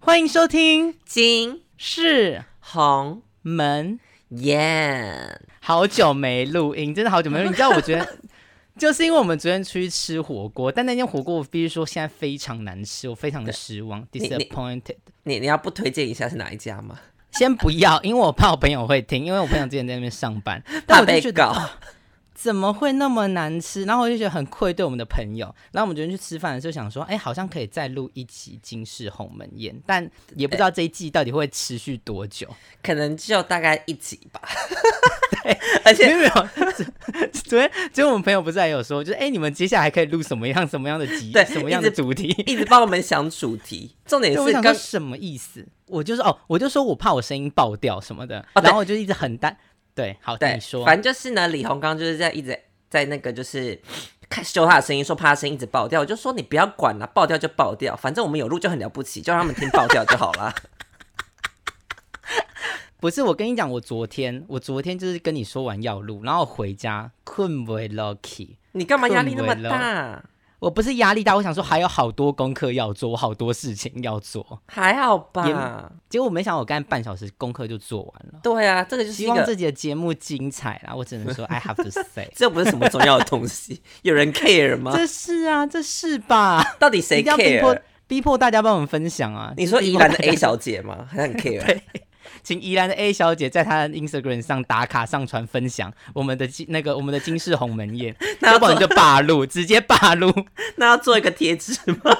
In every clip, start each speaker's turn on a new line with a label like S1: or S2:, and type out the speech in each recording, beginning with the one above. S1: 欢迎收听《
S2: 金
S1: 是
S2: 红
S1: 门》，
S2: 艳，
S1: 好久没录音，真的好久没录音。你知道，我觉 得就是因为我们昨天出去吃火锅，但那间火锅我必须说现在非常难吃，我非常的失望
S2: 你
S1: ，disappointed。
S2: 你你要不推荐一下是哪一家吗？
S1: 先不要，因为我怕我朋友会听，因为我朋友之前在那边上班，但
S2: 怕
S1: 我就
S2: 被
S1: 觉得哦
S2: 告，
S1: 怎么会那么难吃？然后我就觉得很愧对我们的朋友。然后我们昨天去吃饭的时候想说，哎、好像可以再录一集《金氏鸿门宴》，但也不知道这一季到底会持续多久。
S2: 可能就大概一集吧。 而
S1: 没
S2: 且
S1: 有没有， 昨天昨天我们朋友不是还有说，就是哎、你们接下来可以录什么样什么样的集，
S2: 对
S1: 什么样的主 题？
S2: 一直帮我们想主题，重点
S1: 对，我
S2: 是
S1: 想说
S2: 刚
S1: 什么意思？我就说哦，我就说我怕我声音爆掉什么的，
S2: 哦对
S1: 然后我就一直很担。对，好，
S2: 对
S1: 你，说。
S2: 反正就是呢，李红刚就是在一直在那个就是看修他的声音，说怕他声音一直爆掉，我就说你不要管了、爆掉就爆掉，反正我们有录就很了不起，就让他们听爆掉就好 了。
S1: 不是，我跟你讲，我昨天我昨天就是跟你说完要录，然后回家困不 lucky，
S2: 你干嘛压力那么
S1: 困为
S2: 大？
S1: 我不是压力大，我想说还有好多功课要做，我好多事情要做。
S2: 还好
S1: 也
S2: 吧？
S1: 结果没想到我干半小时功课就做完了。
S2: 对啊，这个就是一
S1: 希望
S2: 个，
S1: 自己的节目精彩啦，我只能说 I have to say。
S2: 这不是什么重要的东西，有人 care 吗？
S1: 这是啊，这是吧？
S2: 到底
S1: 一
S2: 谁
S1: 定要逼
S2: care？
S1: 迫逼迫大家帮我们分享啊！
S2: 你说
S1: 就是
S2: 宜
S1: 逼迫
S2: 兰的
S1: 大家
S2: A 小姐吗？ 还很 care，
S1: 请宜兰的 A 小姐在她的 Instagram 上打卡上传分享我们的金那个我们的金氏鸿门宴，
S2: 那
S1: 要
S2: 要
S1: 不
S2: 做
S1: 然就霸录，直接霸录。
S2: 那要做一个贴纸吗？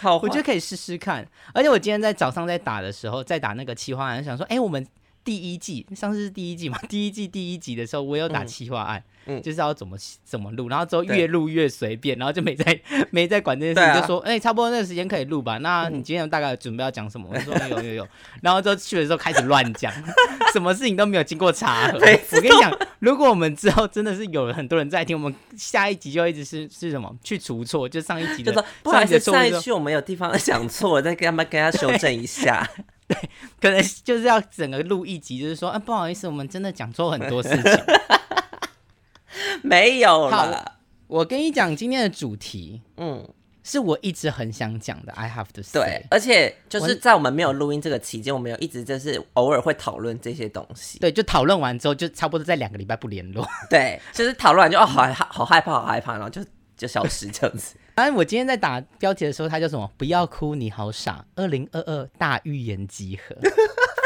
S2: 好坏，
S1: 我觉得可以试试看。而且我今天在早上在打的时候，在打那个企划案，想说，哎、我们第一季上次是第一季嘛， 第一季第一集的时候，我有打企划案，
S2: 嗯
S1: 就是要怎么怎么录，然后之后
S2: 对
S1: 越录越随便，然后就没在没在管这件事
S2: 对
S1: 情，
S2: 啊嗯
S1: 就说，哎、差不多那个时间可以录吧。那你今天大概准备要讲什么？我就说哎有有有，然后之后去的时候开始乱讲， 什么事情都没有经过查核。
S2: 每
S1: 我跟你讲，如果我们之后真的是有很多人在听，我们下一集就要一直是是什么去除错，就上一集
S2: 就
S1: 的
S2: 说不好意
S1: 上一集
S2: 思，
S1: 的错误
S2: 上一
S1: 就
S2: 句我们有地方讲错了，再跟他们跟他修正一 下。
S1: 可能就是要整个录一集，就是说，啊，不好意思，我们真的讲错很多事情。
S2: 没有
S1: 好
S2: 啦，
S1: 我跟你讲，今天的主题
S2: 嗯，
S1: 是我一直很想讲的，I have to
S2: 对
S1: say。，
S2: 而且就
S1: 我
S2: 是在我们没有录音这个期间，我们有一直就是偶尔会讨论这些东 西。
S1: 对，就讨论完之后，就差不多在两个礼拜不联络。
S2: 对，就是讨论完就哦，好害好害怕，好害怕，然后就就消失这样子。
S1: 反正我今天在打标题的时候，它叫什么？不要哭，你好傻。二零二二大预言集合，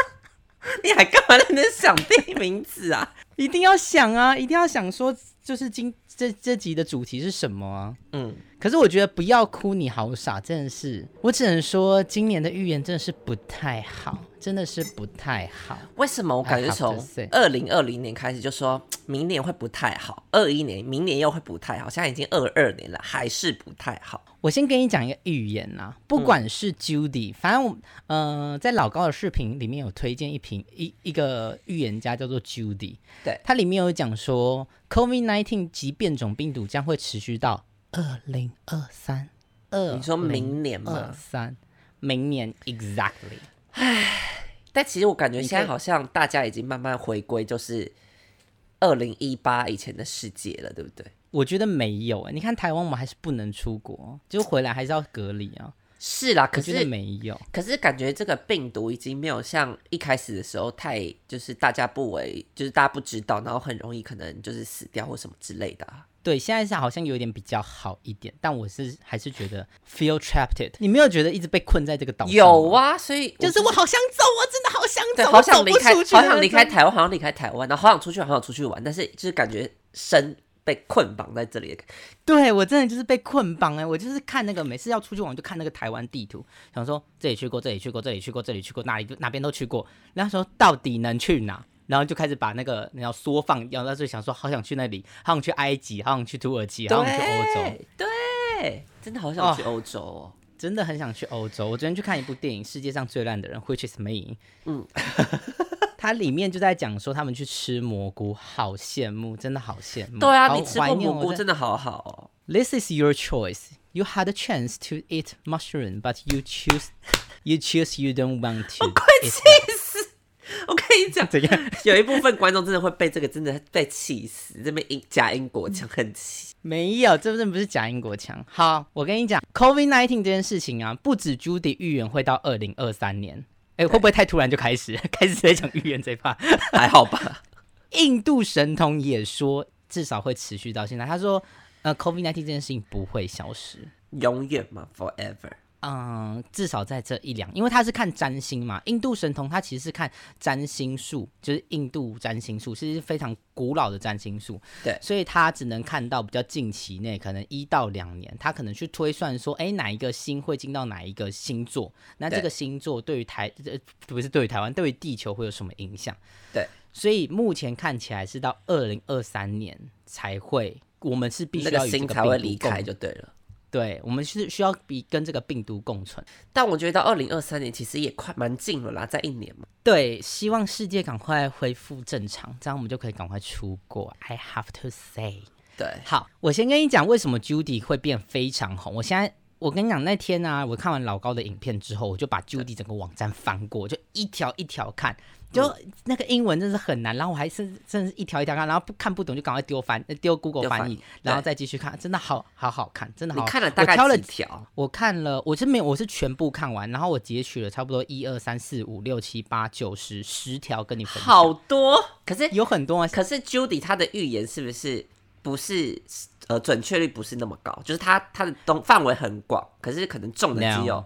S2: 你还干嘛在那想地名字啊？
S1: 一定要想啊，一定要想说，就是今这这集的主题是什么啊？
S2: 嗯，
S1: 可是我觉得不要哭，你好傻，真的是，我只能说今年的预言真的是不太好，真的是不太好。
S2: 为什么我感觉
S1: I have to
S2: 从
S1: say
S2: 二零二零年开始就说明年会不太好，二一年明年又会不太好，现在已经二二年了，还是不太好。
S1: 我先跟你讲一个预言啦，不管是 Judy，、反正我呃，在老高的视频里面有推荐一瓶一一个预言家叫做 Judy，
S2: 对
S1: 它里面有讲说 COVID-19 及变种病毒将会持续到二零二三，二
S2: 你说明年
S1: 二
S2: 吗？
S1: 三明年 exactly，
S2: 但其实我感觉
S1: 你可以
S2: 现在好像大家已经慢慢回归，就是二零一八以前的世界了，对不对？
S1: 我觉得没有、欸，你看台湾我们还是不能出国，就回来还是要隔离啊，
S2: 是啦，可
S1: 我觉得
S2: 是
S1: 没有。
S2: 可是感觉这个病毒已经没有像一开始的时候太就是大家不为，就是大家不知道，然后很容易可能就是死掉或什么之类的、啊。
S1: 对，现在是好像有点比较好一点，但我是还是觉得 feel trapped。你没有觉得一直被困在这个岛上？
S2: 有，啊，所以
S1: 哦就是
S2: 我
S1: 我好想走，我真的好想
S2: 对，
S1: 走，
S2: 好
S1: 我走
S2: 想离
S1: 不
S2: 开，
S1: 出
S2: 好
S1: 去了
S2: 想离开
S1: 真的
S2: 台湾，好想离开台湾，然后好想出去玩，好想出去玩，但是就是感觉身被捆绑在这里的感觉。
S1: 对我真的就是被困绑哎、我就是看那个每次要出去玩，我就看那个台湾地图，想说这里去过，这里去过，这里去过，这里去过，哪里哪边都去过。然后说到底能去哪？然后就开始把那个你要缩放，然后那时候想说好想去那里，好想去埃及，好想去土耳其，好想去欧洲。
S2: 对，对，真的好想去欧洲哦。
S1: 真的很想去欧洲。我昨天去看一部电影《世界上最烂的人》，Which is me。嗯
S2: 嗯，
S1: 它里面就在讲说他们去吃蘑菇，好羡慕，真的好羡慕。
S2: 对啊，
S1: 嗯好
S2: 你吃
S1: 怀
S2: 过
S1: 念
S2: 蘑
S1: 我
S2: 菇真的好好哦。
S1: This is your choice. You had a chance to eat mushroom, but you choose, you choose you don't want to. 我快气死！
S2: 我跟你讲，
S1: 怎样？
S2: 有一部分观众真的会被这个真的被气死，这边英假英国腔很气。
S1: 没有，这真不是假英国腔。好，我跟你讲，COVID nineteen 这件事情啊，不止 Judy 预言会到二零二三年，哎，会不会太突然就开始 开始在讲预言这一趴？
S2: 还好吧？
S1: 印度神童也说，至少会持续到现在。他说，呃，COVID nineteen 这件事情不会消失。
S2: 永远嘛，forever。
S1: 嗯，至少在这一两，因为他是看占星嘛。印度神童他其实是看占星术，就是印度占星术，其实是非常古老的占星术。
S2: 对
S1: 所以他只能看到比较近期内，可能一到两年，他可能去推算说，哎，哪一个星会进到哪一个星座，那这
S2: 对
S1: 个星座对于台呃不是对于台湾，对于地球会有什么影响？
S2: 对，
S1: 所以目前看起来是到二零二三年才会，我们是必
S2: 那
S1: 须要
S2: 个
S1: 与这
S2: 心
S1: 个
S2: 才
S1: 病
S2: 会
S1: 毒
S2: 离
S1: 共
S2: 开就对了。
S1: 对，我们是需要比跟这个病毒共存。
S2: 但我觉得到二零二三年其实也快蛮近了啦，在一年嘛。
S1: 对，希望世界赶快恢复正常，这样我们就可以赶快出国。I have to say，
S2: 对，
S1: 好，我先跟你讲为什么 Judy 会变非常红。我现在，我跟你讲，那天呢、啊我看完老高的影片之后，我就把 Judy 整个网站翻过，就一条一条看，就
S2: 嗯
S1: 那个英文真是很难，然后我还是真是一条一条看，然后不看不懂就赶快丢翻呃丢 Google
S2: 丢
S1: 翻
S2: 翻
S1: 译
S2: 译，
S1: 然后
S2: 对
S1: 再继续看，真的好好好看，真的好
S2: 你
S1: 好
S2: 看了
S1: 我
S2: 大概
S1: 挑了
S2: 几条？
S1: 我看了，我是没有，我是全部看完，然后我截取了差不多一二三四五六七八九十十条跟你分享。
S2: 好，多，可是
S1: 有很多啊，
S2: 可是 Judy 她的预言是不是不是呃准确率不是那么高？就是她她的东范围很广，可是可能中的
S1: No
S2: 只有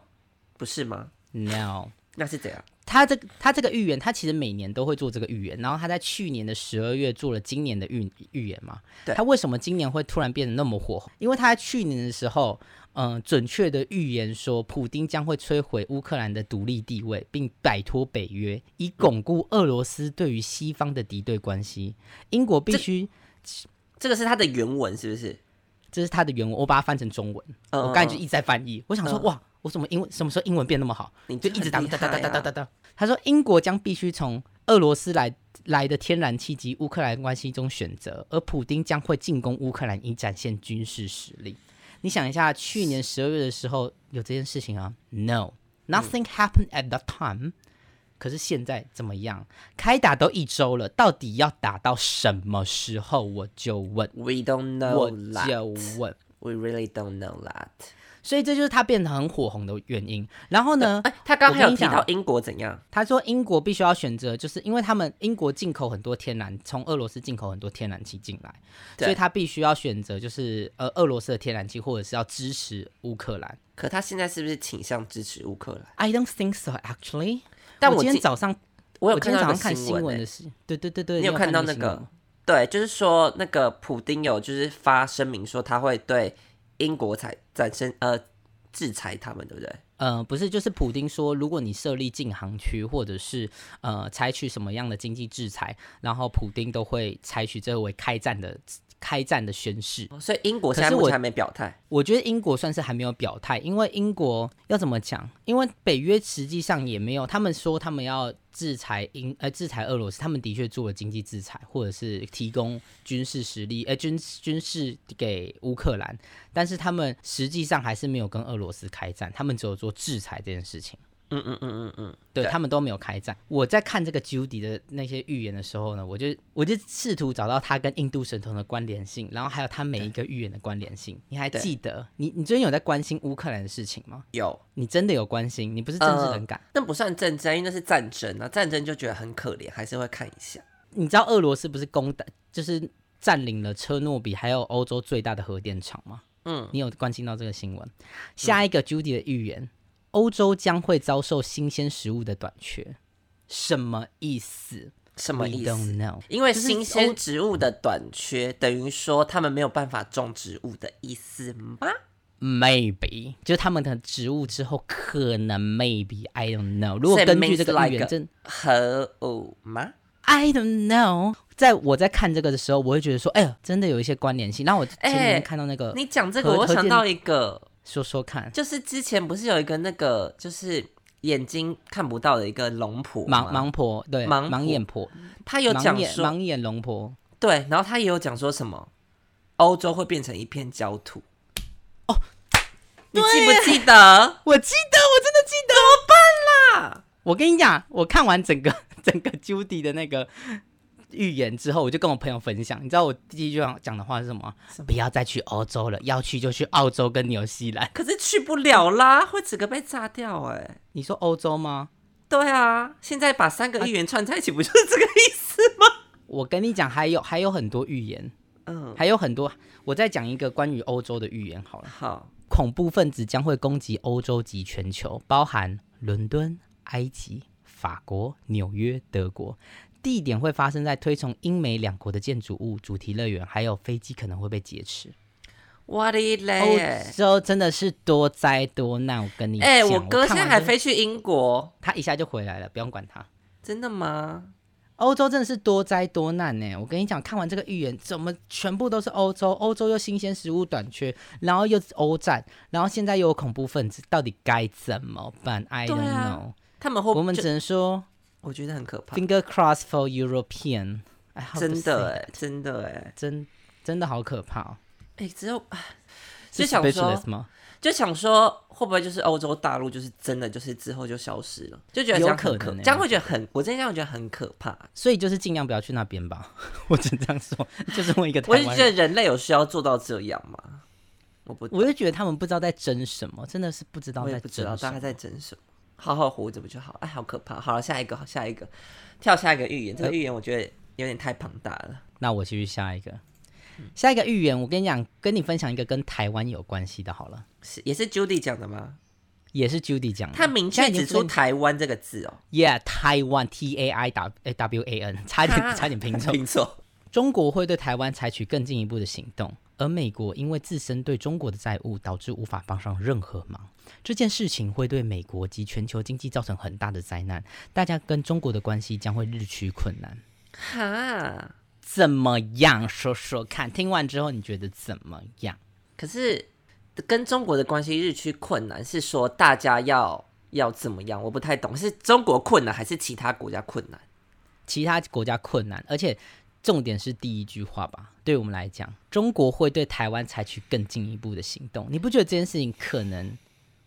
S2: 不是吗？
S1: no。
S2: 那是怎样？
S1: 他这个他这个预言，他其实每年都会做这个预言，然后他在去年的十二月做了今年的预预言嘛。
S2: 对
S1: 他为什么今年会突然变得那么火红？因为他在去年的时候，嗯、准确的预言说，普丁将会摧毁乌克兰的独立地位，并摆脱北约，以巩固俄罗斯对于西方的敌对关系。英国必须，
S2: 这个是她的原文是不是？
S1: 这是他的原文，我把它翻成中文。
S2: 嗯
S1: 我刚才就一直在翻译，我想说、哇，我怎么英文什么时候英文变那么好？
S2: 你
S1: 就一直打
S2: 很厉
S1: 打
S2: 害
S1: 打打打打打
S2: 啊
S1: 打。他说英国将必须从俄罗斯来来的天然气及乌克兰关系中选择，而普丁将会进攻乌克兰以展现军事实力。你想一下，去年十二月的时候有这件事情啊？No,
S2: 嗯
S1: nothing happened at that time、可是现在怎么样？开打都一周了，到底要打到什么时候？我就问，
S2: We don't
S1: 我
S2: know that.
S1: 就问。
S2: We really don't know that.
S1: 所以这就是他变得很火红的原因。然后呢，
S2: 哎、她刚刚还有
S1: 我跟你
S2: 提
S1: 讲
S2: 到英国怎样？
S1: 他说英国必须要选择，就是因为他们英国进口很多天然，从俄罗斯进口很多天然气进来，
S2: 对
S1: 所以他必须要选择就是呃俄罗斯的天然气，或者是要支持乌克兰。
S2: 可她现在是不是倾向支持乌克兰？
S1: I don't think so actually。
S2: 但
S1: 我
S2: 我
S1: 今天
S2: 记
S1: 早上
S2: 我有
S1: 今
S2: 看
S1: 天
S2: 到
S1: 早
S2: 一个
S1: 上看
S2: 新
S1: 新
S2: 闻、
S1: 闻
S2: 欸
S1: 的事，对对对对，
S2: 你
S1: 你
S2: 有看到那
S1: 新闻
S2: 个
S1: 吗？？
S2: 对，就是说那个普丁有就是发声明说他会对英国采产生呃制裁他们，对不对？
S1: 呃，不是，就是普丁说，如果你设立禁航区，或者是呃采取什么样的经济制裁，然后普丁都会采取这为开战的开战的宣誓。
S2: 所以英国现
S1: 可
S2: 在
S1: 是
S2: 目
S1: 我
S2: 前还没表态，
S1: 我觉得英国算是还没有表态，因为英国要怎么讲？因为北约实际上也没有，他们说他们要制裁英呃制裁俄罗斯，他们的确做了经济制裁，或者是提供军事实力呃军军事给乌克兰，但是他们实际上还是没有跟俄罗斯开战，他们只有做制裁这件事情。
S2: 嗯嗯嗯嗯嗯，
S1: 对
S2: 对
S1: 他们都没有开战。我在看这个 Judy 的那些预言的时候呢，我就我就试图找到他跟印度神童的关联性，然后还有他每一个预言的关联性。你还
S2: 对
S1: 记得？你你最近有在关心乌克兰的事情吗？
S2: 有，
S1: 你真的有关心？你不是政治冷感？
S2: 那不算战争，因为那是战争啊，战争就觉得很可怜，还是会看一下。
S1: 你知道俄罗斯不是攻打，就是占领了车诺比还有欧洲最大的核电厂吗？
S2: 嗯，
S1: 你有关心到这个新闻？下一个 Judy 的预言，欧洲将会遭受新鲜食物的短缺，什么意思？
S2: 什么意
S1: We don't
S2: 思？
S1: know。
S2: 因为
S1: 就是
S2: 新
S1: 欧
S2: 鲜植物的短缺，等于说他们没有办法种植物的意思吗？
S1: maybe 就是他们的植物之后可能 maybe I don't know。如果根据这个
S2: means
S1: 预言
S2: like-
S1: 真、
S2: 和偶吗？
S1: I don't know。在我在看这个的时候，我会觉得说，哎呦，真的有一些关联性。然后我前几
S2: 哎
S1: 天看到那个，
S2: 你讲这个，
S1: 核
S2: 我
S1: 核
S2: 想
S1: 电
S2: 到一个，
S1: 说说看，
S2: 就是之前不是有一个那个，就是眼睛看不到的一个聋婆
S1: 盲
S2: 吗，
S1: 盲婆对
S2: 盲婆
S1: 眼婆，
S2: 他有
S1: 盲
S2: 讲
S1: 眼
S2: 说，
S1: 盲眼龙婆。
S2: 对，然后他也有讲说什么，欧洲会变成一片焦土。哦，你记不记得？
S1: 我记得，我真的记得，怎么办啦？我跟你讲，我看完整个 整个 Judy 的那个预言之后，我就跟我朋友分享，你知道我第一句讲讲的话是什么吗？不要再去欧洲了，要去就去澳洲跟纽西兰。
S2: 可是去不了啦，会整个被炸掉哎、
S1: 你说欧洲吗？
S2: 对啊，现在把三个预言串在一起，不就是这个 意思吗？
S1: 我跟你讲，还有还有很多预言，
S2: 嗯，
S1: 还有很多。我再讲一个关于欧洲的预言好了。
S2: 嗯好，
S1: 恐怖分子将会攻击欧洲及全球，包含伦敦、埃及、法国、纽约、德国。地点会发生在推崇英美两国的建筑物、主题乐园，还有飞机可能会被劫持。
S2: 我的嘞
S1: 欧
S2: 哎、
S1: 洲真的是多灾多难，我哦跟你讲。
S2: 欸我哥
S1: 看
S2: 现在
S1: 完
S2: 还
S1: 就，
S2: 飞去英国，
S1: 他一下就回来了，不用管他。
S2: 真的吗？
S1: 欧洲真的是多灾多难呢！我跟你讲，看完这个预言，怎么全部都是欧洲？欧洲又新鲜食物短缺，然后又是欧战，然后现在又有恐怖分子，到底该怎么办？I
S2: 对
S1: don't
S2: 啊
S1: know。
S2: 他们会
S1: 我们
S2: 就
S1: 只能说
S2: 我觉得很可怕，
S1: finger cross for European。哎，好
S2: 真的哎、
S1: 不行，
S2: 真的哎、欸，
S1: 真真的好可怕、哦。
S2: 哎、只有啊
S1: 是
S2: 就想说
S1: speechless 吗？
S2: 就想说，会不会就是欧洲大陆就是真的就是之后就消失了，就觉得这样很
S1: 有可能欸
S2: 这样会觉得很，我真的这样觉得很可怕。
S1: 所以就是尽量不要去那边吧。 我只能这样说，就是问一个台
S2: 我就
S1: 湾
S2: 觉
S1: 人。
S2: 得人类有需要做到这样吗？我不，
S1: 我就觉得他们不知道在争什么，真的是不知道
S2: 我也
S1: 在
S2: 不知
S1: 争
S2: 道大
S1: 什
S2: 家
S1: 么。
S2: 在争什么，好好活着不就好？哎，好可怕！好了，下一个，好下一个，跳下一个预言，
S1: 呃
S2: 这个预言我觉得有点太庞大了。
S1: 那我继续下一个，下一个预言，我跟你讲，跟你分享一个跟台湾有关系的，好了，
S2: 是也是 Judy 讲的吗？
S1: 也是 Judy 讲的，
S2: 他明
S1: 嗯现在
S2: 确
S1: 已经
S2: 指出
S1: 不能
S2: 台湾这个字哦，
S1: ，Yeah，台湾 T A I W W A N，差点
S2: 啊
S1: 差点 拼错，
S2: 拼 错。
S1: 中国会对台湾采取更进一步的行动，而美国因为自身对中国的债务，导致无法帮上任何忙。这件事情会对美国及全球经济造成很大的灾难，大家跟中国的关系将会日趋困难。
S2: 哈，
S1: 怎么样？说说看，听完之后你觉得怎么样？
S2: 可是跟中国的关系日趋困难，是说大家要要怎么样？我不太懂，是中国困难还是其他国家困难？
S1: 其他国家困难，而且重点是第一句话吧。对我们来讲，中国会对台湾采取更进一步的行动，你不觉得这件事情可能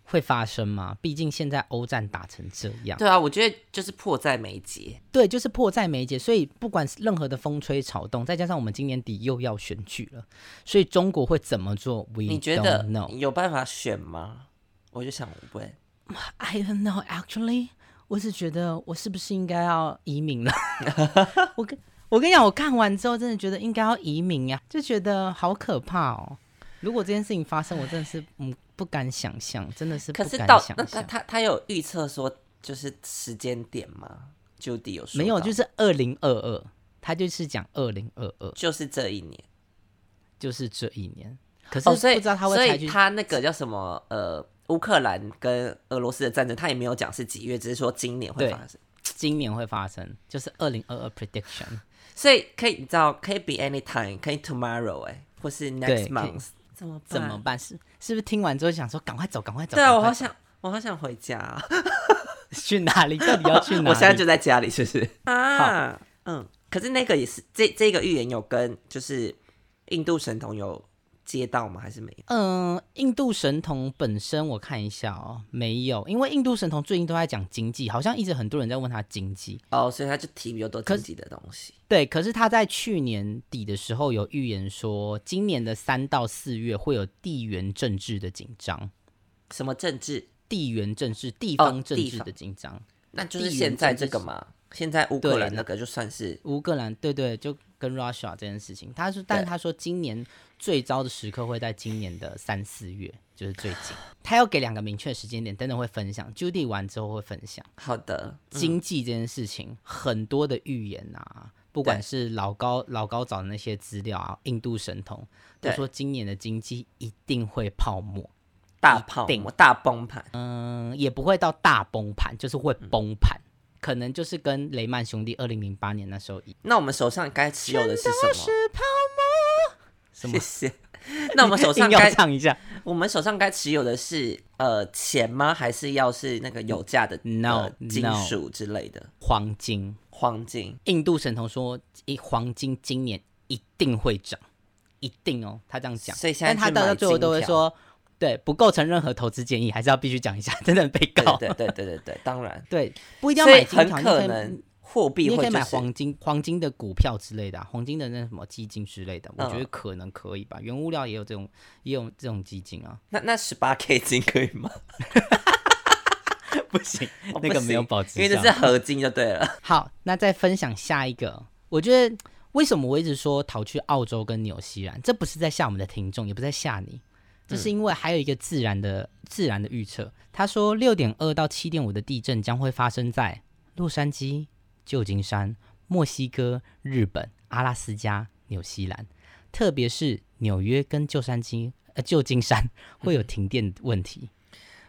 S1: 会发生吗？毕竟现在欧战打成这样。
S2: 对啊，我觉得就是迫在眉睫。
S1: 对，就是迫在眉睫，所以不管是任何的风吹草动，再加上我们今年底又要选举了，所以中国会怎么做？We
S2: 你觉得
S1: don't know.
S2: 有办法选吗？我就想问，
S1: I don't know. Actually，我只觉得我是不是应该要移民 了？我跟我跟你讲，我看完之后真的觉得应该要移民呀、就觉得好可怕哦。如果这件事情发生，我真的是嗯不敢想象，真的是不
S2: 可是
S1: 敢
S2: 到
S1: 想
S2: 那他
S1: 象。
S2: 他他有预测说就是时间点吗？Judy 有说
S1: 没有，
S2: 到
S1: 就是二零二二，他就是讲二零二二，
S2: 就是这一年
S1: 就是这一年。可是
S2: 哦，
S1: 不
S2: 所以
S1: 知道他会
S2: 所
S1: 采
S2: 以
S1: 取
S2: 他那个叫什么呃，乌克兰跟俄罗斯的战争，他也没有讲是几月，只是说今年会
S1: 对
S2: 发生。
S1: 今年会发生，就是二零二二 prediction。
S2: 所以可以，你知道，可以 be anytime，可以 tomorrow，哎、或是
S1: 对
S2: next
S1: 可以
S2: month，怎么办
S1: 怎么？办？是是不是听完之后想说赶快走，赶快走？
S2: 对啊，我
S1: 赶快
S2: 好
S1: 走
S2: 想，我好想回家啊、
S1: 去哪里？到底要 去哪里？
S2: 我现在就在家里，是不是？啊，嗯。可是那个也是，这这个预言有跟就是印度神童有接到吗？还是没有？
S1: 嗯、印度神童本身我看一下哦，没有，因为印度神童最近都在讲经济，好像一直很多人在问他经济。
S2: 哦，所以他就提比较多
S1: 可
S2: 自
S1: 是
S2: 己的东西。
S1: 对，可是他在去年底的时候有预言说，今年的三到四月会有地缘政治的紧张，
S2: 什么政治？
S1: 地缘政治、地
S2: 哦
S1: 方政
S2: 地
S1: 治
S2: 方
S1: 的紧张。
S2: 那就是
S1: 地缘
S2: 现在这
S1: 政治
S2: 个
S1: 是
S2: 嘛？现在乌克
S1: 对
S2: 兰
S1: 那
S2: 那个就算是
S1: 乌克兰，对对，就跟 Russia 这件事情，他说，但是
S2: 对
S1: 他说今年最糟的时刻会在今年的三四月，就是最近。他要给两个明确时间点，等等会分享。Judy 完之后会分享
S2: 好的。
S1: 经济这件事情，很多的预言啊，不管
S2: 对
S1: 是老高老高找的那些资料啊，印度神童都
S2: 对
S1: 说今年的经济一定会泡沫，
S2: 大泡
S1: 定
S2: 沫、大崩盘，
S1: 嗯，也不会到大崩盘，就是会
S2: 嗯
S1: 崩盘，可能就是跟雷曼兄弟二零零八年那时候一
S2: 那我们手上该持有的是什么？
S1: 泡什么
S2: 谢谢。那我们手上
S1: 硬要
S2: 该
S1: 唱一下。
S2: 我们手上该持有的是呃钱吗？还是要是那个有价的
S1: No，
S2: 呃金
S1: no
S2: 属之类的
S1: 黄金，
S2: 黄金？
S1: 印度神童说，一黄金今年一定会涨，一定哦，他这样讲。
S2: 所以现在
S1: 但他
S2: 去买
S1: 到最后
S2: 金
S1: 都会
S2: 条
S1: 说，对，不构成任何投资建议，还是要必须讲一下，真的被
S2: 对
S1: 告。
S2: 对对对对对，当然，
S1: 对，不一定要
S2: 所以
S1: 买金
S2: 很
S1: 条，你
S2: 可
S1: 以
S2: 能货币
S1: 你也
S2: 会
S1: 可以
S2: 就
S1: 买
S2: 是
S1: 黄金、黄金的股票之类的、啊，黄金的那什么基金之类的，我觉得
S2: 嗯
S1: 可能可以吧。原物料也有这种，也有这种基金啊，
S2: 那那十八 K 金可以吗？
S1: 不行
S2: 哦，
S1: 那
S2: 不
S1: 个没有
S2: 行
S1: 保值
S2: 因为这
S1: 效
S2: 是合金就对了。
S1: 好，那再分享下一个，我觉得为什么我一直说逃去澳洲跟纽西兰，这不是在吓我们的听众，也不是在吓你，这是因为还有一个自然的、自然的预测，他说六点二到七点五的地震将会发生在洛杉矶、旧金山、墨西哥、日本、阿拉斯加、纽西兰，特别是纽约跟旧山金呃旧金山 会有停电问题。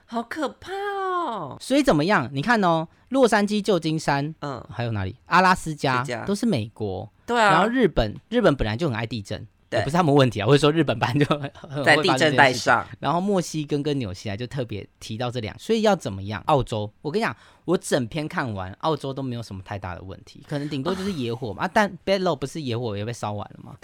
S2: 好可怕哦！
S1: 所以怎么样？你看哦，洛杉矶、旧金山
S2: 嗯，
S1: 还有哪里？阿拉斯加
S2: 斯加
S1: 都是美国，
S2: 对
S1: 然后
S2: 啊，
S1: 日本，日本本来就很爱地震，
S2: 对
S1: 也不是他们问题啊，我是说日本本来就 很
S2: 在
S1: 会
S2: 地
S1: 发生这
S2: 震
S1: 件
S2: 带
S1: 事情
S2: 上，
S1: 然后墨西哥跟纽西兰就特别提到这两，所以要怎么样？澳洲，我跟你讲，我整篇看完，澳洲都没有什么太大的问题，可能顶多就是野火嘛。啊，但 Bad Low 不是野火也被烧完了吗？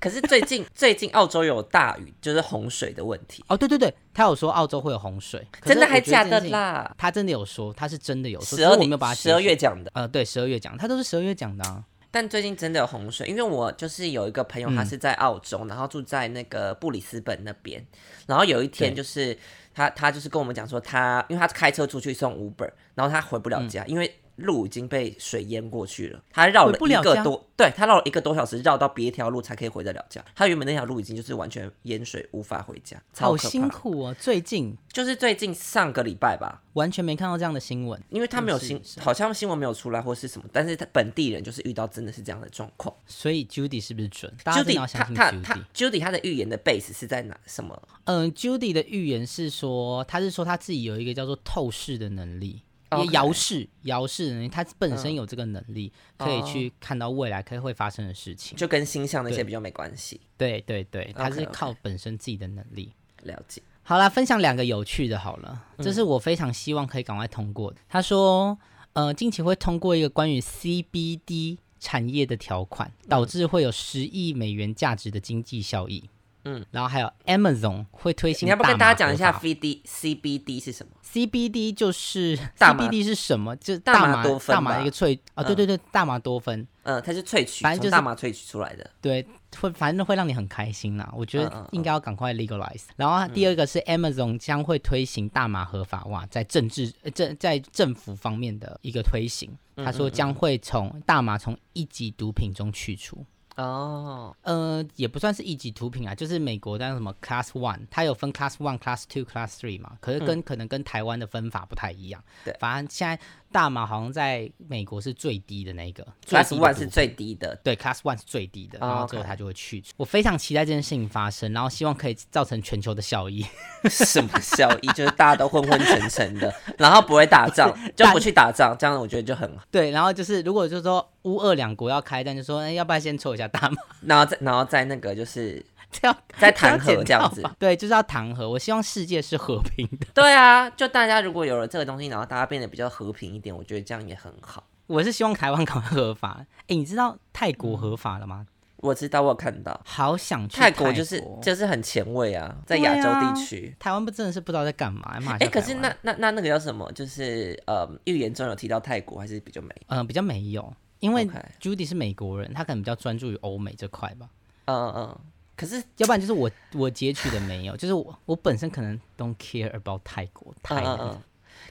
S2: 可是最近 最近澳洲有大雨，就是洪水的问题，
S1: 哦，对对对，他有说澳洲会有洪水，可是
S2: 真的
S1: 我
S2: 还
S1: 觉得
S2: 假
S1: 这件
S2: 的
S1: 事情？
S2: 啦？
S1: 他真的有说，他是真的有说，
S2: 十
S1: 只是
S2: 二
S1: 我没有把它
S2: 年
S1: 截
S2: 十二月
S1: 取
S2: 讲的，
S1: 呃，对，十二月讲，他都是十二月讲的啊。
S2: 但最近真的有洪水，因为我就是有一个朋友，
S1: 嗯
S2: 他是在澳洲，然后住在那个布里斯本那边，然后有一天
S1: 对
S2: 就是他他就是跟我们讲说他，因为他开车出去送 Uber，然后他回不了家，因为路已经被水淹过去了，他绕
S1: 嗯回
S2: 了
S1: 不
S2: 一
S1: 了
S2: 个
S1: 家
S2: 多，对他绕了一个多小时，绕到别条路才可以回得了家。他原本那条路已经就是完全淹水，无法回家，超
S1: 好
S2: 可
S1: 辛
S2: 怕。
S1: 苦哦，最近
S2: 就是最近上个礼拜吧，
S1: 完全没看到这样的新闻，
S2: 因为他没有
S1: 嗯
S2: 新，好像新闻没有出来或是什么，但是他本地人就是遇到真的是这样的状况。
S1: 所以 Judy 是不是准？大家真的
S2: Judy
S1: 要
S2: 他
S1: 相信
S2: 他他
S1: Judy。
S2: Judy 他的预言的 base 是在哪什么？
S1: 嗯，Judy 的预言是说，他是说他自己有一个叫做透视的能力。也
S2: OK 嗯
S1: 遥视，遥视的能力，他本身有这个能力，可以去看到未来可以会发生的事情。
S2: 哦就跟星象那些比较没关系。
S1: 对对对，他是
S2: OK，OK
S1: 靠本身自己的能力。
S2: 了解，
S1: 好啦，分享两个有趣的，好了，
S2: 嗯
S1: 这是我非常希望可以赶快通过的。他说，呃，近期会通过一个关于 CBD 产业的条款，导致会有十亿美元价值的经济效益。嗯，然后还有 Amazon 会推行
S2: 你
S1: 大
S2: 要
S1: 麻合法化，
S2: 不要跟大家讲一下 VD CBD 是什么？
S1: CBD 就是
S2: 大麻
S1: CBD 是什么？就是
S2: 大麻
S1: 麻
S2: 多酚
S1: 大麻
S2: 吧
S1: 一个萃啊，对对对，大麻多酚，
S2: 嗯，它是萃取，
S1: 反正就是
S2: 从大麻萃取出来的。
S1: 对，会反正会让你很开心啦。我觉
S2: 嗯嗯
S1: 得
S2: 嗯
S1: 应该要赶快 legalize。然后第二个是 Amazon 将会推行大麻合法化，在政治呃政在政府方面的一个推行。
S2: 嗯
S1: 他说将会从大麻从一级毒品中去除。
S2: 哦，
S1: 呃，也不算是一级毒品啊，就是美国的那什么 Class One，它有分 Class One、Class Two、Class Three 嘛，可是跟、可能跟台湾的分法不太一样。
S2: 嗯对
S1: 反正现在大麻好像在美国是最低的那一个最
S2: Class
S1: 低的
S2: One
S1: 毒
S2: 是
S1: 品
S2: 最低的。
S1: 对 Class One 是最低的，
S2: 哦
S1: 然后之后
S2: OK
S1: 它就会去除。我非常期待这件事情发生，然后希望可以造成全球的效益。
S2: 什么效益？ 就是大家都昏昏沉沉的，然后不会打 仗，就不去打仗，这样我觉得就很好。
S1: 对，然后就是如果就是说乌俄两国要开战，就说、哎要不然先抽一下大麻，
S2: 然后再然后再那个就是
S1: 这样
S2: 再弹
S1: 这
S2: 劾
S1: 样
S2: 这样子
S1: 剪掉。吧对，就是要弹劾。我希望世界是和平的。
S2: 对啊，就大家如果有了这个东西，然后大家变得比较和平一点，我觉得这样也很好。
S1: 我是希望台湾赶快合法。哎，你知道泰国合法了吗？
S2: 我知道，我有看到
S1: 好想去
S2: 泰
S1: 国
S2: 国就是就是很前卫啊，在亚洲地区。
S1: 台湾不真的是不知道在干嘛，马
S2: 哎、可是那那那那个叫什么？就是呃，预言中有提到泰国，还是比较美。
S1: 嗯、呃比较没有，因为
S2: OK
S1: Judy 是美国人，他可能比较专注于欧美这块吧。
S2: 嗯嗯嗯。可是
S1: 要不然就是我我截取的没有，就是我我本身可能 don't care about 泰国泰
S2: 嗯嗯
S1: 南、
S2: 嗯。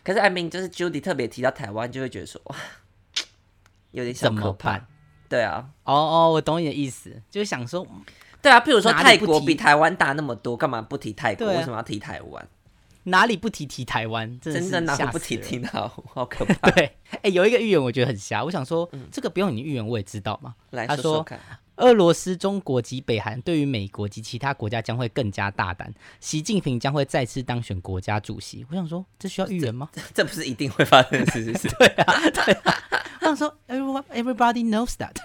S2: 可是 I mean，就是 Judy 特别提到台湾，就会觉得说哇，有点小
S1: 怎么
S2: 可怕
S1: 办。？
S2: 对啊，
S1: 哦哦，我懂你的意思，就是想说，
S2: 对啊。譬如说
S1: 哪里
S2: 泰
S1: 不
S2: 国
S1: 提
S2: 比台湾大那么多，干嘛不提泰国？
S1: 对啊
S2: 为什么要提台湾？
S1: 哪里不提提台湾，真的
S2: 真
S1: 是
S2: 的哪
S1: 吓
S2: 个
S1: 死
S2: 不提
S1: 人
S2: 提到？ 好可怕。
S1: 对，哎、有一个预言我觉得很瞎，我想说、
S2: 嗯
S1: 这个不用你预言我也知道嘛。
S2: 来
S1: 他
S2: 说说
S1: 说
S2: 看。
S1: 俄罗斯、中国及北韩对于美国及其他国家将会更加大胆，习近平将会再次当选国家主席。我想说，这需要预言 吗？
S2: 这不是一定会发生的事，是不 是？
S1: 我想说，everyone everybody knows that，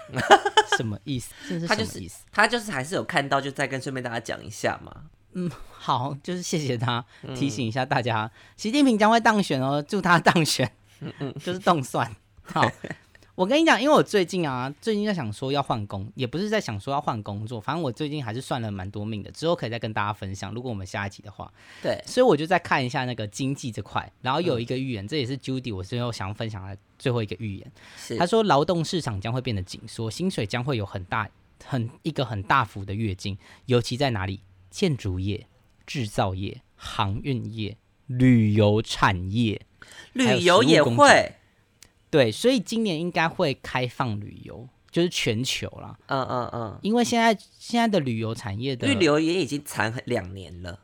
S1: 什么意思？这是
S2: 他
S1: 什
S2: 就
S1: 么
S2: 是
S1: 意思？
S2: 他就是还是有看到，就再跟顺便大家讲一下嘛。
S1: 好，就是谢谢他提醒一下大 家，习近平将会当选哦，祝他当选，就是动算。好，我跟你讲，因为我最近啊，最近在想说要换工，也不是在想说要换工作，反正我最近还是算了蛮多命的，之后可以再跟大家分享。如果我们下一集的话，
S2: 对，
S1: 所以我就再看一下那个经济这块，然后有一个预言，这也是 Judy 我最后想分享的最后一个预言。
S2: 是
S1: 他说，劳动市场将会变得紧缩，薪水将会有很大很一个很大幅的跃进，尤其在哪里？建筑业、制造业、航运业、旅游产业。
S2: 旅游
S1: 还有
S2: 也
S1: 食物工作
S2: 会，
S1: 对，所以今年应该会开放旅游，就是全球啦，
S2: 嗯嗯嗯，
S1: 因为现在现在的旅游产业的
S2: 旅游也已经惨很两年了。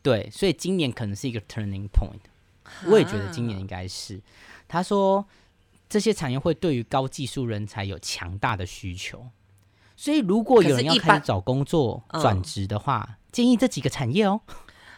S1: 对，所以今年可能是一个 turning point。我也觉得今年应该是。他说，这些产业会对于高技术人才有强大的需求，所以如果有人
S2: 可是
S1: 要
S2: 一
S1: 开始
S2: 般
S1: 找工作、
S2: 嗯
S1: 转职的话，建议这几个产业哦。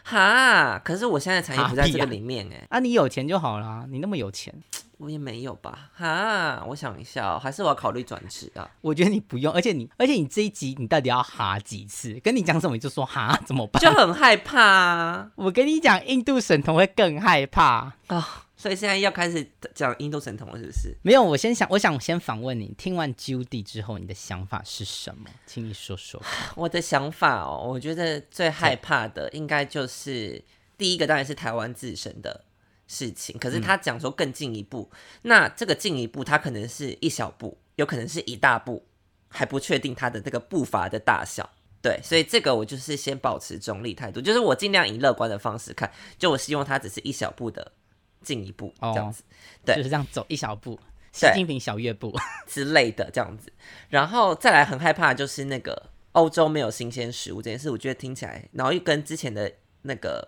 S2: 哈，可是我现在产业不在这
S1: 哈
S2: 个
S1: 屁啊
S2: 里面哎、
S1: 啊，你有钱就好啦，你那么有钱，
S2: 我也没有吧？哈，我想一下、哦，还是我要考虑转职 啊？
S1: 我觉得你不用。而且你，而且你这一集你到底要哈几次？跟你讲什么你就说哈，怎么办？
S2: 就很害怕啊
S1: 我跟你讲，印度神童会更害怕。
S2: 啊、所以现在要开始讲印度神童了，是不是？
S1: 没有，我先想，我想先访问你，听完 Judy 之后，你的想法是什么？请你说说。
S2: 我的想法哦，我觉得最害怕的应该就是第一个，当然是台湾自身的事情。可是他讲说更进一步，那这个进一步，它可能是一小步，有可能是一大步，还不确定它的这个步伐的大小。对，所以这个我就是先保持中立态度，就是我尽量以乐观的方式看，就我希望它只是一小步的进一步这样
S1: 哦
S2: 子。对
S1: 就是这样走一小步，习
S2: 对
S1: 近平小跃步。
S2: 之类的这样子。然后再来很害怕的就是那个欧洲没有新鲜食物这件事，我觉得听起来，然后又跟之前的那个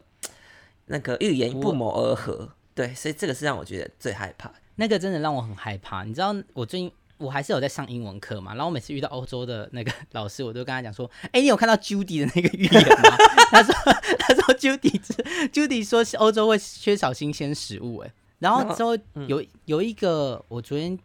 S2: 那个预言不谋而合。对，所以这个是让我觉得最害怕。
S1: 那个真的让我很害怕。你知道，我最近我还是有在上英文课嘛，然后我每次遇到欧洲的那个 老师，我都跟他讲说：“哎、你有看到 Judy 的那个预言吗？” 他说：“他说 Judy 是 Judy 说是欧洲会缺少新鲜食物。”哎，然后之后有有一个我昨天。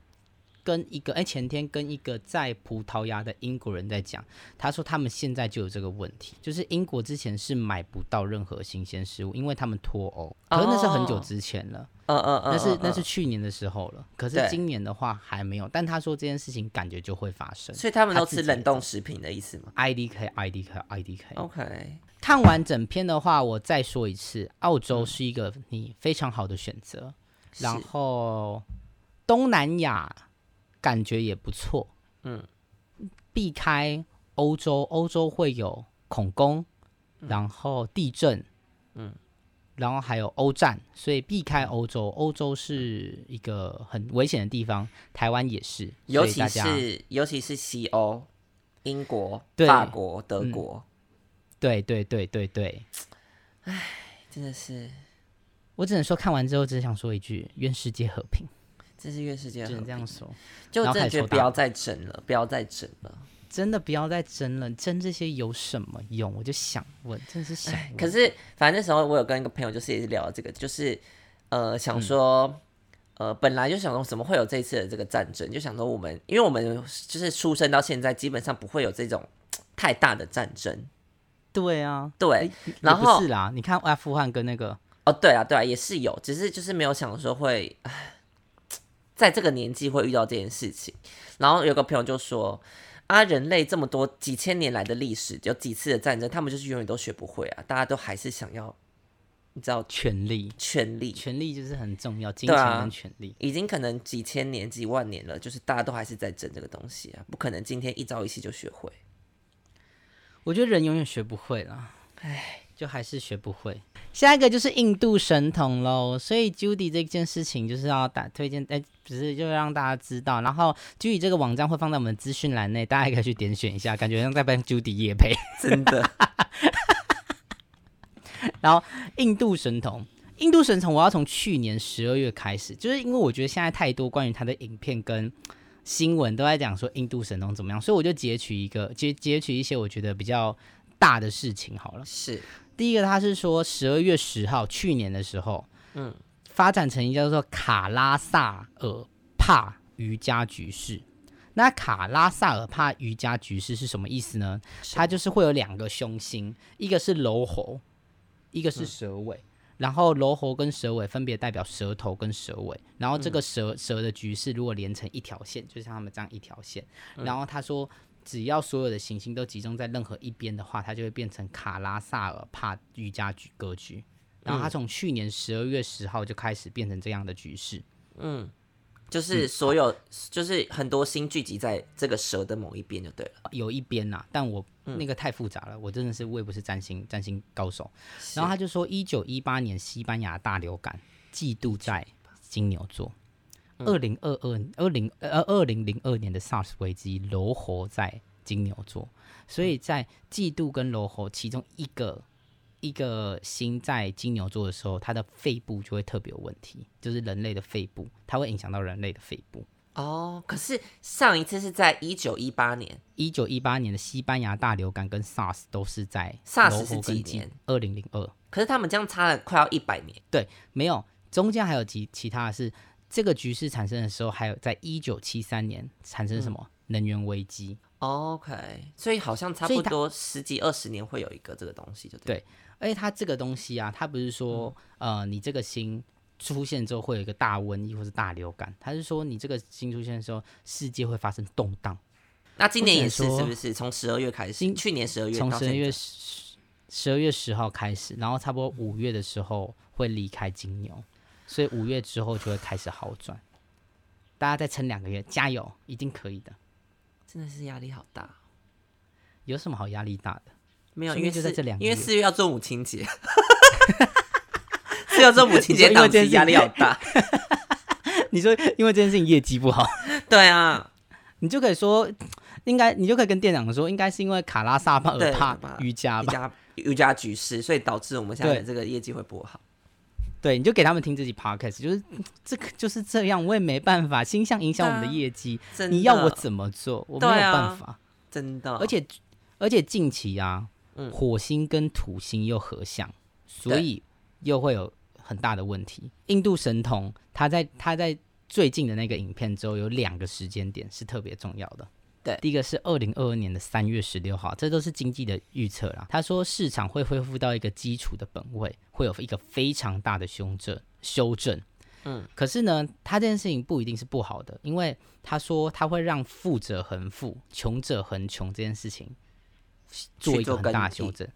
S1: 跟一个哎、前天跟一个在葡萄牙的英国人在讲，他说他们现在就有这个问题，就是英国之前是买不到任何新鲜食物，因为他们脱欧，可是那是很久
S2: 哦
S1: 之前了。
S2: 嗯嗯嗯，
S1: 那是
S2: 嗯
S1: 那是，
S2: 嗯
S1: 去年的时候了，可是
S2: 对
S1: 今年的话还没有。但他说这件事情感觉就会发生。
S2: 所以他们都
S1: 他自
S2: 吃
S1: 己的
S2: 冷冻食品的意思吗
S1: I D K I D K I D K。
S2: 哦？OK，
S1: 看完整篇的话，我再说一次，澳
S2: 嗯
S1: 洲是一个你非常好的选择，
S2: 是
S1: 然后东南亚感觉也不错。嗯，避开欧洲，欧洲会有恐攻，
S2: 嗯
S1: 然后地震，嗯，然后还有欧战，所以避
S2: 嗯
S1: 开欧洲。欧洲是一个很危险的地方，台湾也是，
S2: 尤
S1: 所以
S2: 其
S1: 大家
S2: 是尤其是西欧、英国、
S1: 对嗯
S2: 法国、德国，
S1: 对对对对对，
S2: 真的是
S1: 我只能说看完之后只想说一句：愿世界和平，
S2: 真是愿世界
S1: 只
S2: 和
S1: 能这
S2: 平
S1: 样，说。
S2: 就
S1: 然后
S2: 真
S1: 开
S2: 的
S1: 始
S2: 觉得
S1: 抽
S2: 不
S1: 大
S2: 要再整了，不要再整了。
S1: 真的不要再争了，争这些有什么用？我就想问，真的是想问。
S2: 可是反正那时候我有跟一个朋友就是也是聊这个，就是呃
S1: 嗯
S2: 想说、呃本来就想说怎么会有这一次的这个战争，就想说我们因为我们就是出生到现在基本上不会有这种太大的战争，
S1: 对啊，
S2: 对，
S1: 也
S2: 然
S1: 不
S2: 后
S1: 是啦，你看阿富汗跟那个，
S2: 哦对啊对啊也是有，只是就是没有想说会唉在这个年纪会遇到这件事情，然后有个朋友就说。啊，人类这么多几千年来的历史，有几次的战争，他们就是永远都学不会啊！大家都还是想要，你知道，
S1: 权力，
S2: 权力，
S1: 权力就是很重要，金
S2: 对
S1: 钱
S2: 啊
S1: 跟权力。
S2: 已经可能几千年、几万年了，就是大家都还是在争这个东西啊，不可能今天一朝一夕就学 会。
S1: 我觉得人永远学不会啦，唉，就还是学不会。下一个就是印度神童喽，所以 Judy 这件事情就是要打推荐，哎、只是就让大家知道。然后 Judy 这个网站会放在我们的资讯栏内，大家也可以去点选一下，感觉像在帮 Judy 夜配。
S2: 真的，
S1: 然后印度神童，印度神童，我要从去年十二月开始，就是因为我觉得现在太多关于他的影片跟新闻都在讲说印度神童怎么样，所以我就截取一个截截取一些我觉得比较大的事情好了。
S2: 是
S1: 第一个，他是说十二月十号，去年的时候，
S2: 嗯，
S1: 发展成一个叫做卡拉萨尔帕瑜伽局势。那卡拉萨尔帕瑜伽局势是什么意思呢？嗯它就是会有两个凶星，一个是楼猴，一个是蛇尾。然后柔喉跟舌尾分别代表舌头跟舌尾，然后这个舌、舌的局势如果连成一条线，就像他们这样一条线。然后他说，只要所有的行星都集中在任何一边的话，它就会变成卡拉萨尔帕瑜伽局格局。然后它从去年十二月十号就开始变成这样的局势。
S2: 就是所有、就是很多星聚集在这个蛇的某一边就对了。
S1: 有一边呐、但我那个太复杂了，我真的是我也不是占星占星高手。然后他就说，一九一八年西班牙大流感季度在金牛座，
S2: 嗯
S1: 二零二二二零呃二零零二年的 SARS 危机柔猴在金牛座，所以在季度跟柔猴其中一个。一个星在金牛座的时候，它的肺部就会特别有问题，就是人类的肺部，它会影响到人类的肺部。
S2: 哦，可是上一次是在一九一八年，
S1: 一九一八年的西班牙大流感跟 SARS 都是在
S2: SARS 是几年？
S1: 二零零二。
S2: 可是他们这样差了快要一百年。
S1: 对，没有，中间还有其其他的是，这个局势产生的时候，还有在一九七三年产生什么、
S2: 嗯
S1: 能源危机？
S2: OK，所以好像差
S1: 哦所以
S2: 不
S1: 它
S2: 多十几二十年会有一个这个东西，就对了。
S1: 而且它这个东西啊，它不是说、
S2: 嗯
S1: 呃你这个星出现之后会有一个大瘟疫或是大流感，它是说你这个星出现的时候，世界会发生动荡。
S2: 那今年也是
S1: 我只能
S2: 是
S1: 说
S2: 不是从十二月开始？
S1: 今
S2: 去年十二月
S1: 从
S2: 到
S1: 十二
S2: 现
S1: 月
S2: 在
S1: 十十二月十号开始，然后差不多五月的时候会离开金牛，所以五月之后就会开始好转。大家再撑两个月，加油，一定可以的。
S2: 真的是压力好大。
S1: 有什么好压力大的？
S2: 没有，
S1: 说
S2: 因
S1: 不定
S2: 为
S1: 就在
S2: 四
S1: 这两个
S2: 因为
S1: 月
S2: 四月要做母亲节，四月要做母亲
S1: 你说因
S2: 节
S1: 为
S2: 档
S1: 这件
S2: 期
S1: 事
S2: 压力好大。
S1: 你说因为这件事情业绩不好，
S2: 对啊，
S1: 你就可以说，应该你就可以跟店长说，应该是因为卡拉萨帕尔
S2: 对
S1: 帕
S2: 吧
S1: 瑜伽
S2: 瑜
S1: 吧？
S2: 伽瑜伽局势，所以导致我们现在
S1: 对
S2: 这个业绩会不好。
S1: 对，你就给他们听自己 podcast，就是这个就是这样，我也没办法，星象影响我们的
S2: 对啊
S1: 业绩，
S2: 真的，
S1: 你要我呃怎么做？我没有
S2: 对啊
S1: 办法。
S2: 真的，
S1: 而且而且近期啊，
S2: 嗯
S1: 火星跟土星又合相，所以又会有很大的问题。印度神童他在他在最近的那个影片之后，有两个时间点是特别重要的。
S2: 对
S1: 第一个是二零二二年的三月十六号，这都是经济的预测啦。他说市场会恢复到一个基础的本位，会有一个非常大的修正修正。嗯，可是呢，他这件事情不一定是不好的，因为他说他会让富者恒富、穷者恒穷这件事情做一个
S2: 做
S1: 很
S2: 更
S1: 大的
S2: 替
S1: 修正，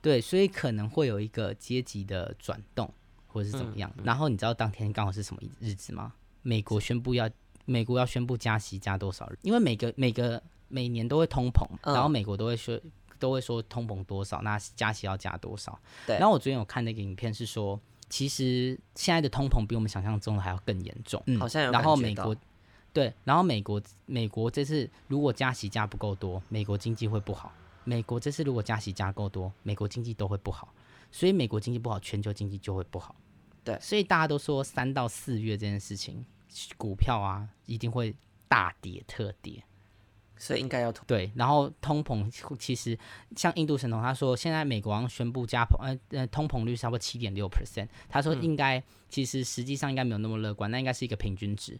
S1: 对，所以可能会有一个阶级的转动或者是怎
S2: 嗯
S1: 么样。然后你知道当天刚好是什么日子吗？美国宣布要美国要宣布加息加多少？因为每个每个每年都会通膨，
S2: 嗯
S1: 然后美国都会说都会说通膨多少，那加息要加多少。
S2: 对
S1: 然后我昨天有看那个影片，是说其实现在的通膨比我们想象中的还要更严重。嗯
S2: 好像有
S1: 然后
S2: 感觉
S1: 美
S2: 到
S1: 国对，然后美国美国这次如果加息加不够多，美国经济会不好。美国这次如果加息加够多，美国经济都会不好，所以美国经济不好，全球经济就会不好。
S2: 对
S1: 所以大家都说三到四月这件事情，股票啊一定会大跌特跌。
S2: 所以应该要通
S1: 对，然后通膨其实像印度神童他说，现在美国好像宣布加膨，呃呃，通膨率差不多七点六 percent，他
S2: 嗯
S1: 说应该、其实实际上应该没有那么乐观，那应该是一个平均值。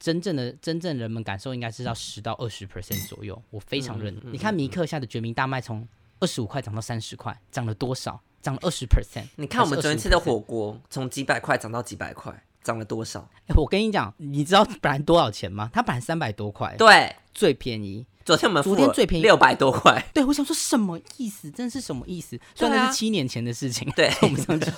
S1: 真正的真正人们感受应该是到十到二十 percent 左右，我非常
S2: 嗯
S1: 认。你看米克下的绝命大麦从二十五块涨到三十块，涨了多少？涨了二十 percent。
S2: 你看我们昨天吃的火锅，从几百块涨到几百块，涨了多少？
S1: 哎我跟你讲，你知道本来多少钱吗？它本来三百多块，
S2: 对，
S1: 最便宜。
S2: 昨天我们
S1: 昨天最便宜
S2: 六百多块，
S1: 对，我想说什么意思？真是什么意思？虽然
S2: 对啊
S1: 那是七年前的事情，
S2: 对
S1: 我们上次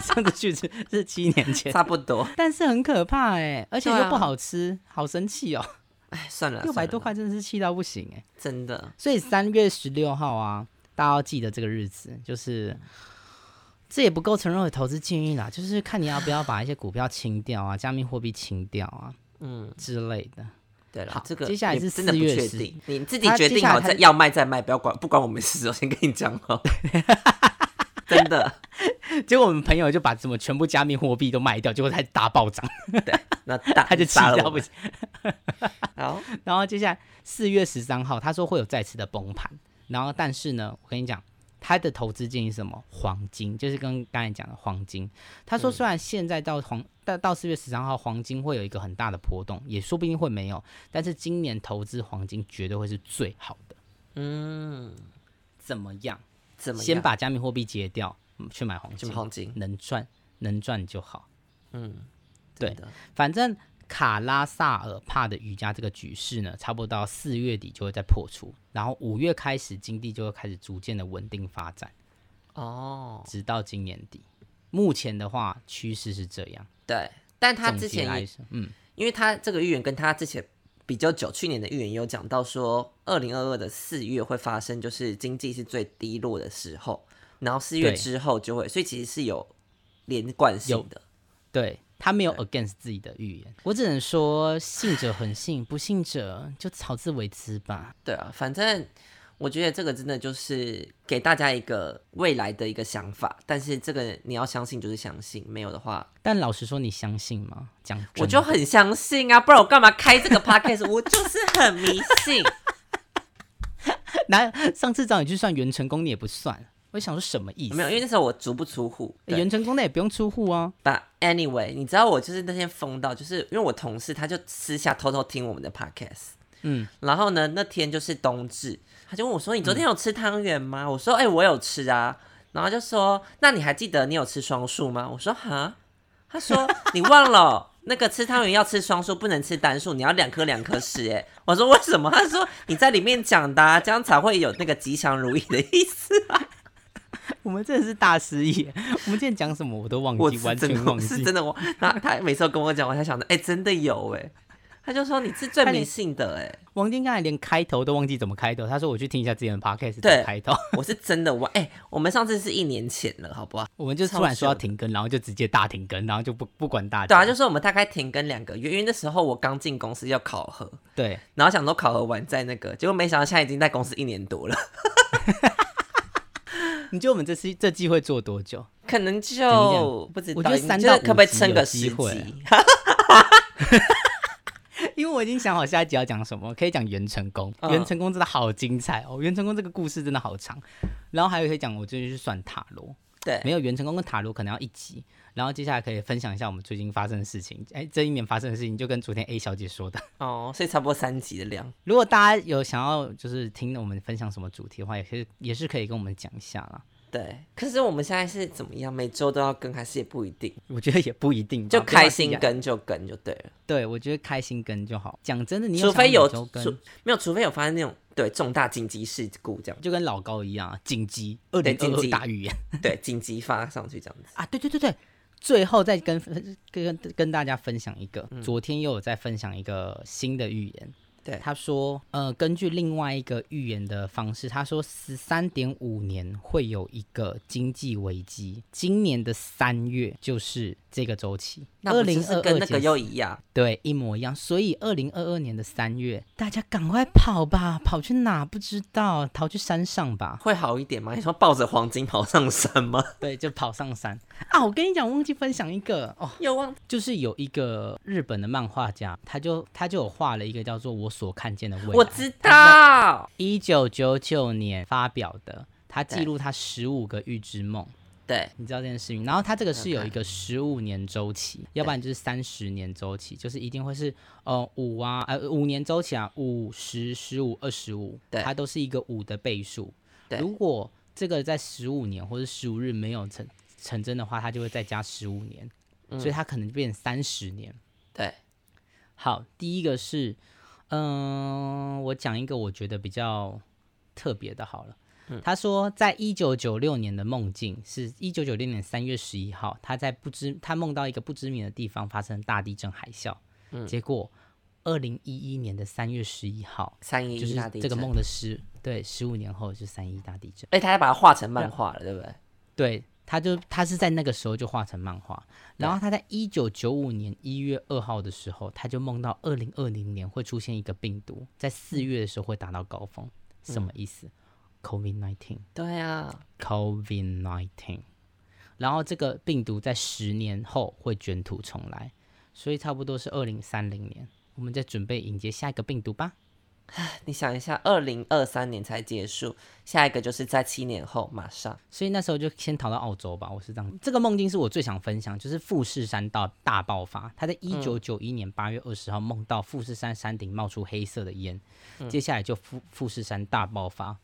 S1: 上次去吃是七年前，
S2: 差不多。
S1: 但是很可怕哎、而且
S2: 对
S1: 又
S2: 啊
S1: 不好吃，好生气 哦、
S2: 哎，算了，
S1: 六百
S2: 算了
S1: 多，块真的是气到不行哎、
S2: 真的
S1: 所以三月十六号啊，大家要记得这个日子，就是这也不构成任何投资建议啦，就是看你要不要把一些股票清掉啊， 加密货币清掉啊，嗯之类的。
S2: 对了
S1: 好，
S2: 这个
S1: 接下来
S2: 也
S1: 是
S2: 真的不
S1: 4月
S2: 确
S1: 10
S2: 定，你自己
S1: 他
S2: 决
S1: 接
S2: 定
S1: 下来
S2: 好
S1: 他
S2: 再要卖再卖，不要管不管我们事，我先跟你讲 哦。真的，
S1: 结果我们朋友就把什么全部加密货币都卖掉，结果它大暴涨，
S2: 那大
S1: 他就气
S2: 杀了
S1: 到
S2: 我
S1: 不
S2: 们
S1: 行。。
S2: 好，
S1: 然后接下来四月十三号，他说会有再次的崩盘。然后但是呢，我跟你讲，他的投资建议是什么？黄金，就是跟刚才讲的黄金。他说虽然现在到黄到到四月十三号，黄金会有一个很大的波动，也说不定会没有，但是今年投资黄金绝对会是最好的。嗯，怎么样？
S2: 怎么样
S1: 先把加密货币结掉，嗯去买黄
S2: 就
S1: 金
S2: 是，黄金，
S1: 能赚能赚就好。
S2: 嗯，
S1: 对
S2: 真的，
S1: 反正卡拉萨尔帕的瑜伽这个局势呢，差不多到四月底就会再破除，然后五月开始经济就会开始逐渐的稳定发展，
S2: 哦，
S1: 直到今年底。目前的话，趋势是这样。
S2: 对，但他
S1: 总
S2: 之
S1: 结
S2: 前
S1: 来
S2: 也
S1: 说，嗯，
S2: 因为他这个预言跟他之前比较久，去年的预言也有讲到说，二零二二的四月会发生，就是经济是最低落的时候，然后四月
S1: 对
S2: 之后就会，所以其实是有连贯性的。
S1: 对他没有 against 自己的预言，我只能说信者恒信，不信者就草字为之吧。
S2: 对啊，反正我觉得这个真的就是给大家一个未来的一个想法，但是这个你要相信就是相信，没有的话
S1: 但老实说，你相信吗？讲真的
S2: 我就很相信啊，不然我干嘛开这个 podcast？我就是很迷信。
S1: 那上次找你去算元成功，你也不算。我想说什么意思？
S2: 没有，因为那时候我足不出户。
S1: 欸
S2: 对
S1: 元成功那也不用出户啊。
S2: But anyway，你知道我就是那天疯到，就是因为我同事他就私下偷偷听我们的 podcast，
S1: 嗯，
S2: 然后呢那天就是冬至，他就问我说：“你昨天有吃汤圆吗？”我说：“哎、我有吃啊。”然后他就说：“那你还记得你有吃双数吗？”我说：“哈。”他说：“你忘了哦、那个吃汤圆要吃双数，不能吃单数，你要两颗两颗吃。”哎，我说：“为什么？”他说：“你在里面讲的、啊，这样才会有那个吉祥如意的意思。
S1: 我们真的是大失忆耶，我们今天讲什么我都忘”
S2: 我
S1: 记，
S2: 是
S1: 完
S2: 真
S1: 全
S2: 的
S1: 忘
S2: 是
S1: 记。
S2: 真的我。然后他每次都跟我讲，我才想到，哎、真的有哎、他就说：“你是最
S1: 他连
S2: 迷信的哎、
S1: 王晶刚才连开头都忘记怎么开头，他说我去听一下之前的 podcast
S2: 对
S1: 怎么开头，
S2: 我是真的忘哎、我们上次是一年前了，好不好？
S1: 我们就突然说要停更，然后就直接大停更，然后就不不管大
S2: 对
S1: 家。
S2: 啊，就是我们大概停更两个月，因为那时候我刚进公司要考核，
S1: 对，
S2: 然后想说考核完再那个，结果没想到现在已经在公司一年多了，
S1: 你觉得我们这次这季会做多久？
S2: 可能
S1: 样
S2: 就不知道，
S1: 我觉得
S2: 你
S1: 三
S2: 觉得
S1: 到五
S2: 可不可以
S1: 集
S2: 撑
S1: 有
S2: 个
S1: 机
S2: 十
S1: 会啊
S2: 集？
S1: 因为我已经想好下一集要讲什么，可以讲袁成功。
S2: 嗯
S1: 袁成功真的好精彩哦，袁成功这个故事真的好长。然后还有可以讲我最近去算塔罗，
S2: 对，
S1: 没有袁成功跟塔罗可能要一集。然后接下来可以分享一下我们最近发生的事情，哎，这一年发生的事情就跟昨天 A 小姐说的。
S2: 哦，所以差不多三集的量。
S1: 如果大家有想要就是听我们分享什么主题的话，也是也是可以跟我们讲一下啦。
S2: 对，可是我们现在是怎么样？每周都要更，还是也不一定，
S1: 我觉得也不一定吧，
S2: 就
S1: 不要啊
S2: 开
S1: 自己
S2: 心
S1: 养。
S2: 跟就跟就对了，
S1: 对，我觉得开心跟就好。讲真的，你
S2: 除非
S1: 有
S2: 有
S1: 想要每周
S2: 除没有，除非有发生那种对重大紧急事故这样
S1: 跟，，就跟老高一样啊，紧急二
S2: 对
S1: 零二
S2: 紧急
S1: 大预言
S2: 对，紧急发上去这样子。
S1: 啊！对对对对，最后再跟跟跟大家分享一个，昨天又有在分享一个新的预言。
S2: 嗯对
S1: 他说，呃，根据另外一个预言的方式，他说十三点五年会有一个经济危机，今年的三月就是这个周期，
S2: 那
S1: 二
S2: 不就
S1: 零
S2: 是
S1: 二
S2: 跟
S1: 二
S2: 那个又一样？
S1: 对，一模一样。所以二零二二年的三月，大家赶快跑吧，跑去哪不知道，逃去山上 吧。
S2: 会好一点吗？你说抱着黄金跑上山吗？
S1: 对，就跑上山啊！我跟你讲，忘记分享一个哦，
S2: 又忘
S1: 就是 有一个日本的漫画家，他就他就有画了一个叫做《我所看见的未来》，
S2: 我知道，
S1: 一九九九年发表的，他记
S2: 对
S1: 录他十五个预知梦。
S2: 对
S1: 你知道这件事情。然后它这个是有一个十五年周期，要不然就是三十年周期，就是一定会是呃五啊呃五年周期啊，五十、十五、二十五，
S2: 对
S1: 它都是一个五的倍数。
S2: 对
S1: 如果这个在十五年或者十五日没有成成真的话，它就会再加十五年，所以它可能就变成三十年。
S2: 嗯对，
S1: 好，第一个是，嗯、我讲一个我觉得比较特别的，好了。他说，在一九九六年的梦境是一九九六年三月十一号，他在不知他梦到一个不知名的地方发生大地震海啸，
S2: 嗯
S1: 结果二零一一年的三月十一号，
S2: 三一
S1: 就是
S2: 一大地
S1: 这
S2: 震
S1: 个梦，的十对十五年后就是三一大地震。
S2: 哎，他还把它画成漫画了，对不对？
S1: 对，他就他是在那个时候就画成漫画，然后他在一九九五年一月二号的时候，他就梦到二零二零年会出现一个病毒，在四月的时候会达到高峰，
S2: 嗯
S1: 什么意思？COVID nineteen。
S2: 对啊，
S1: COVID nineteen，然后这个病毒在十年后会卷土重来，所以差不多是二零三零年，我们在准备迎接下一个病毒吧。
S2: 唉你想一下，二零二三年才结束，下一个就是在七年后，马上。
S1: 所以那时候就先逃到澳洲吧，我是这样。这个梦境是我最想分享，就是富士山大大爆发。他在一九九一年八月二十号梦到富士山山顶冒出黑色的烟，接下来就富富士山大爆发。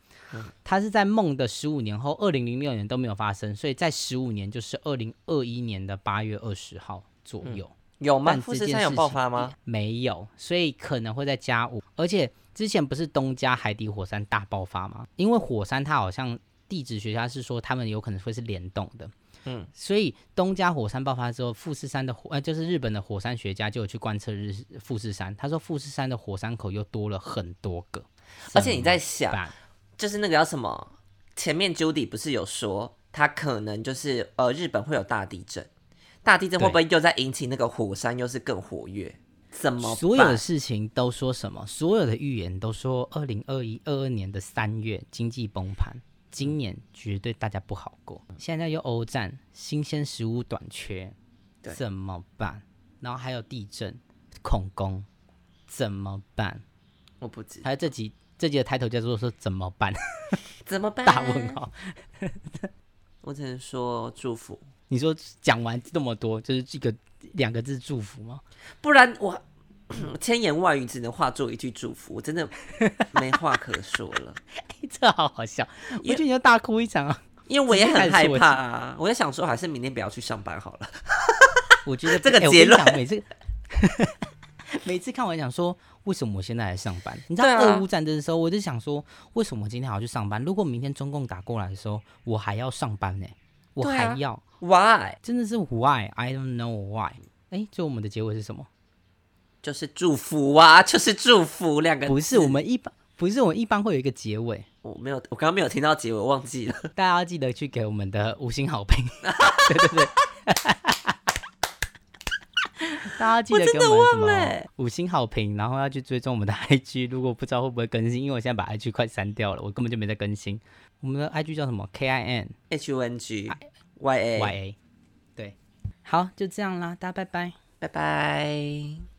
S1: 他是在梦的十五年后，二零零六年都没有发生，所以在十五年就是二零二一年的八月二十号左右。
S2: 有吗？
S1: 但
S2: 富
S1: 这
S2: 士
S1: 件
S2: 山有
S1: 事
S2: 爆
S1: 情
S2: 发吗？
S1: 没有，所以可能会在加五。而且之前不是东加海底火山大爆发吗？因为火山它好像地质学家是说他们有可能会是联动的。
S2: 嗯，
S1: 所以东加火山爆发之后，富士山的火呃就是日本的火山学家就有去观测日富士山，他说富士山的火山口又多了很多个，
S2: 而且你在
S1: 怎
S2: 想
S1: 么，办
S2: 就是那个叫什么，前面 Judy 不是有说，他可能就是呃日本会有大地震，大地震会不会又在引起那个火山又是更活跃？怎么办？
S1: 所有的事情都说什么？所有的预言都说，二零二一、二二年的三月经济崩盘，今年绝对大家不好过。现在又欧战，新鲜食物短缺，
S2: 对
S1: 怎么办？然后还有地震、恐攻，怎么办？
S2: 我不知
S1: 还有这集这集的抬头叫做说怎么办？
S2: 怎么办。
S1: 大问号。
S2: 我只能说祝福，
S1: 你说讲完这么多，就是这个两个字祝福吗？
S2: 不然我 千言万语只能化作一句祝福，我真的没话可说了。
S1: 这好好笑，我觉得你要大哭一场啊！
S2: 因为我也
S1: 直接
S2: 很
S1: 开
S2: 害
S1: 始说
S2: 怕啊，我在想说，还是明天不要去上班好了。
S1: 我觉得
S2: 这个
S1: 哎我跟你
S2: 结论
S1: 讲每次 每次看完想说，为什么我现在还上班？你知道
S2: 对啊
S1: 俄乌战争的时候，我就想说，为什么我今天还要去上班？如果明天中共打过来的时候，我还要上班呢、我
S2: 对啊
S1: 还要，
S2: Why？
S1: 真的是 why I don't know why。哎，最后我们的结尾是什么？
S2: 就是祝福啊，就是祝福两个字。
S1: 不是我们一般，不是我们一般会有一个结尾，
S2: 我没有，我刚刚没有听到结尾，我忘记了。
S1: 大家要记得去给我们的五星好评。 对对对。大家记得给我们什
S2: 我真的忘了欸
S1: 么五星好评，然后要去追踪我们的 IG。如果不知道会不会更新，因为我现在把 IG 快删掉了，我根本就没在更新。我们的 IG 叫什么？K I N
S2: H U N G Y
S1: Y
S2: A，
S1: A。对，好，就这样啦，大家拜拜。
S2: 拜拜。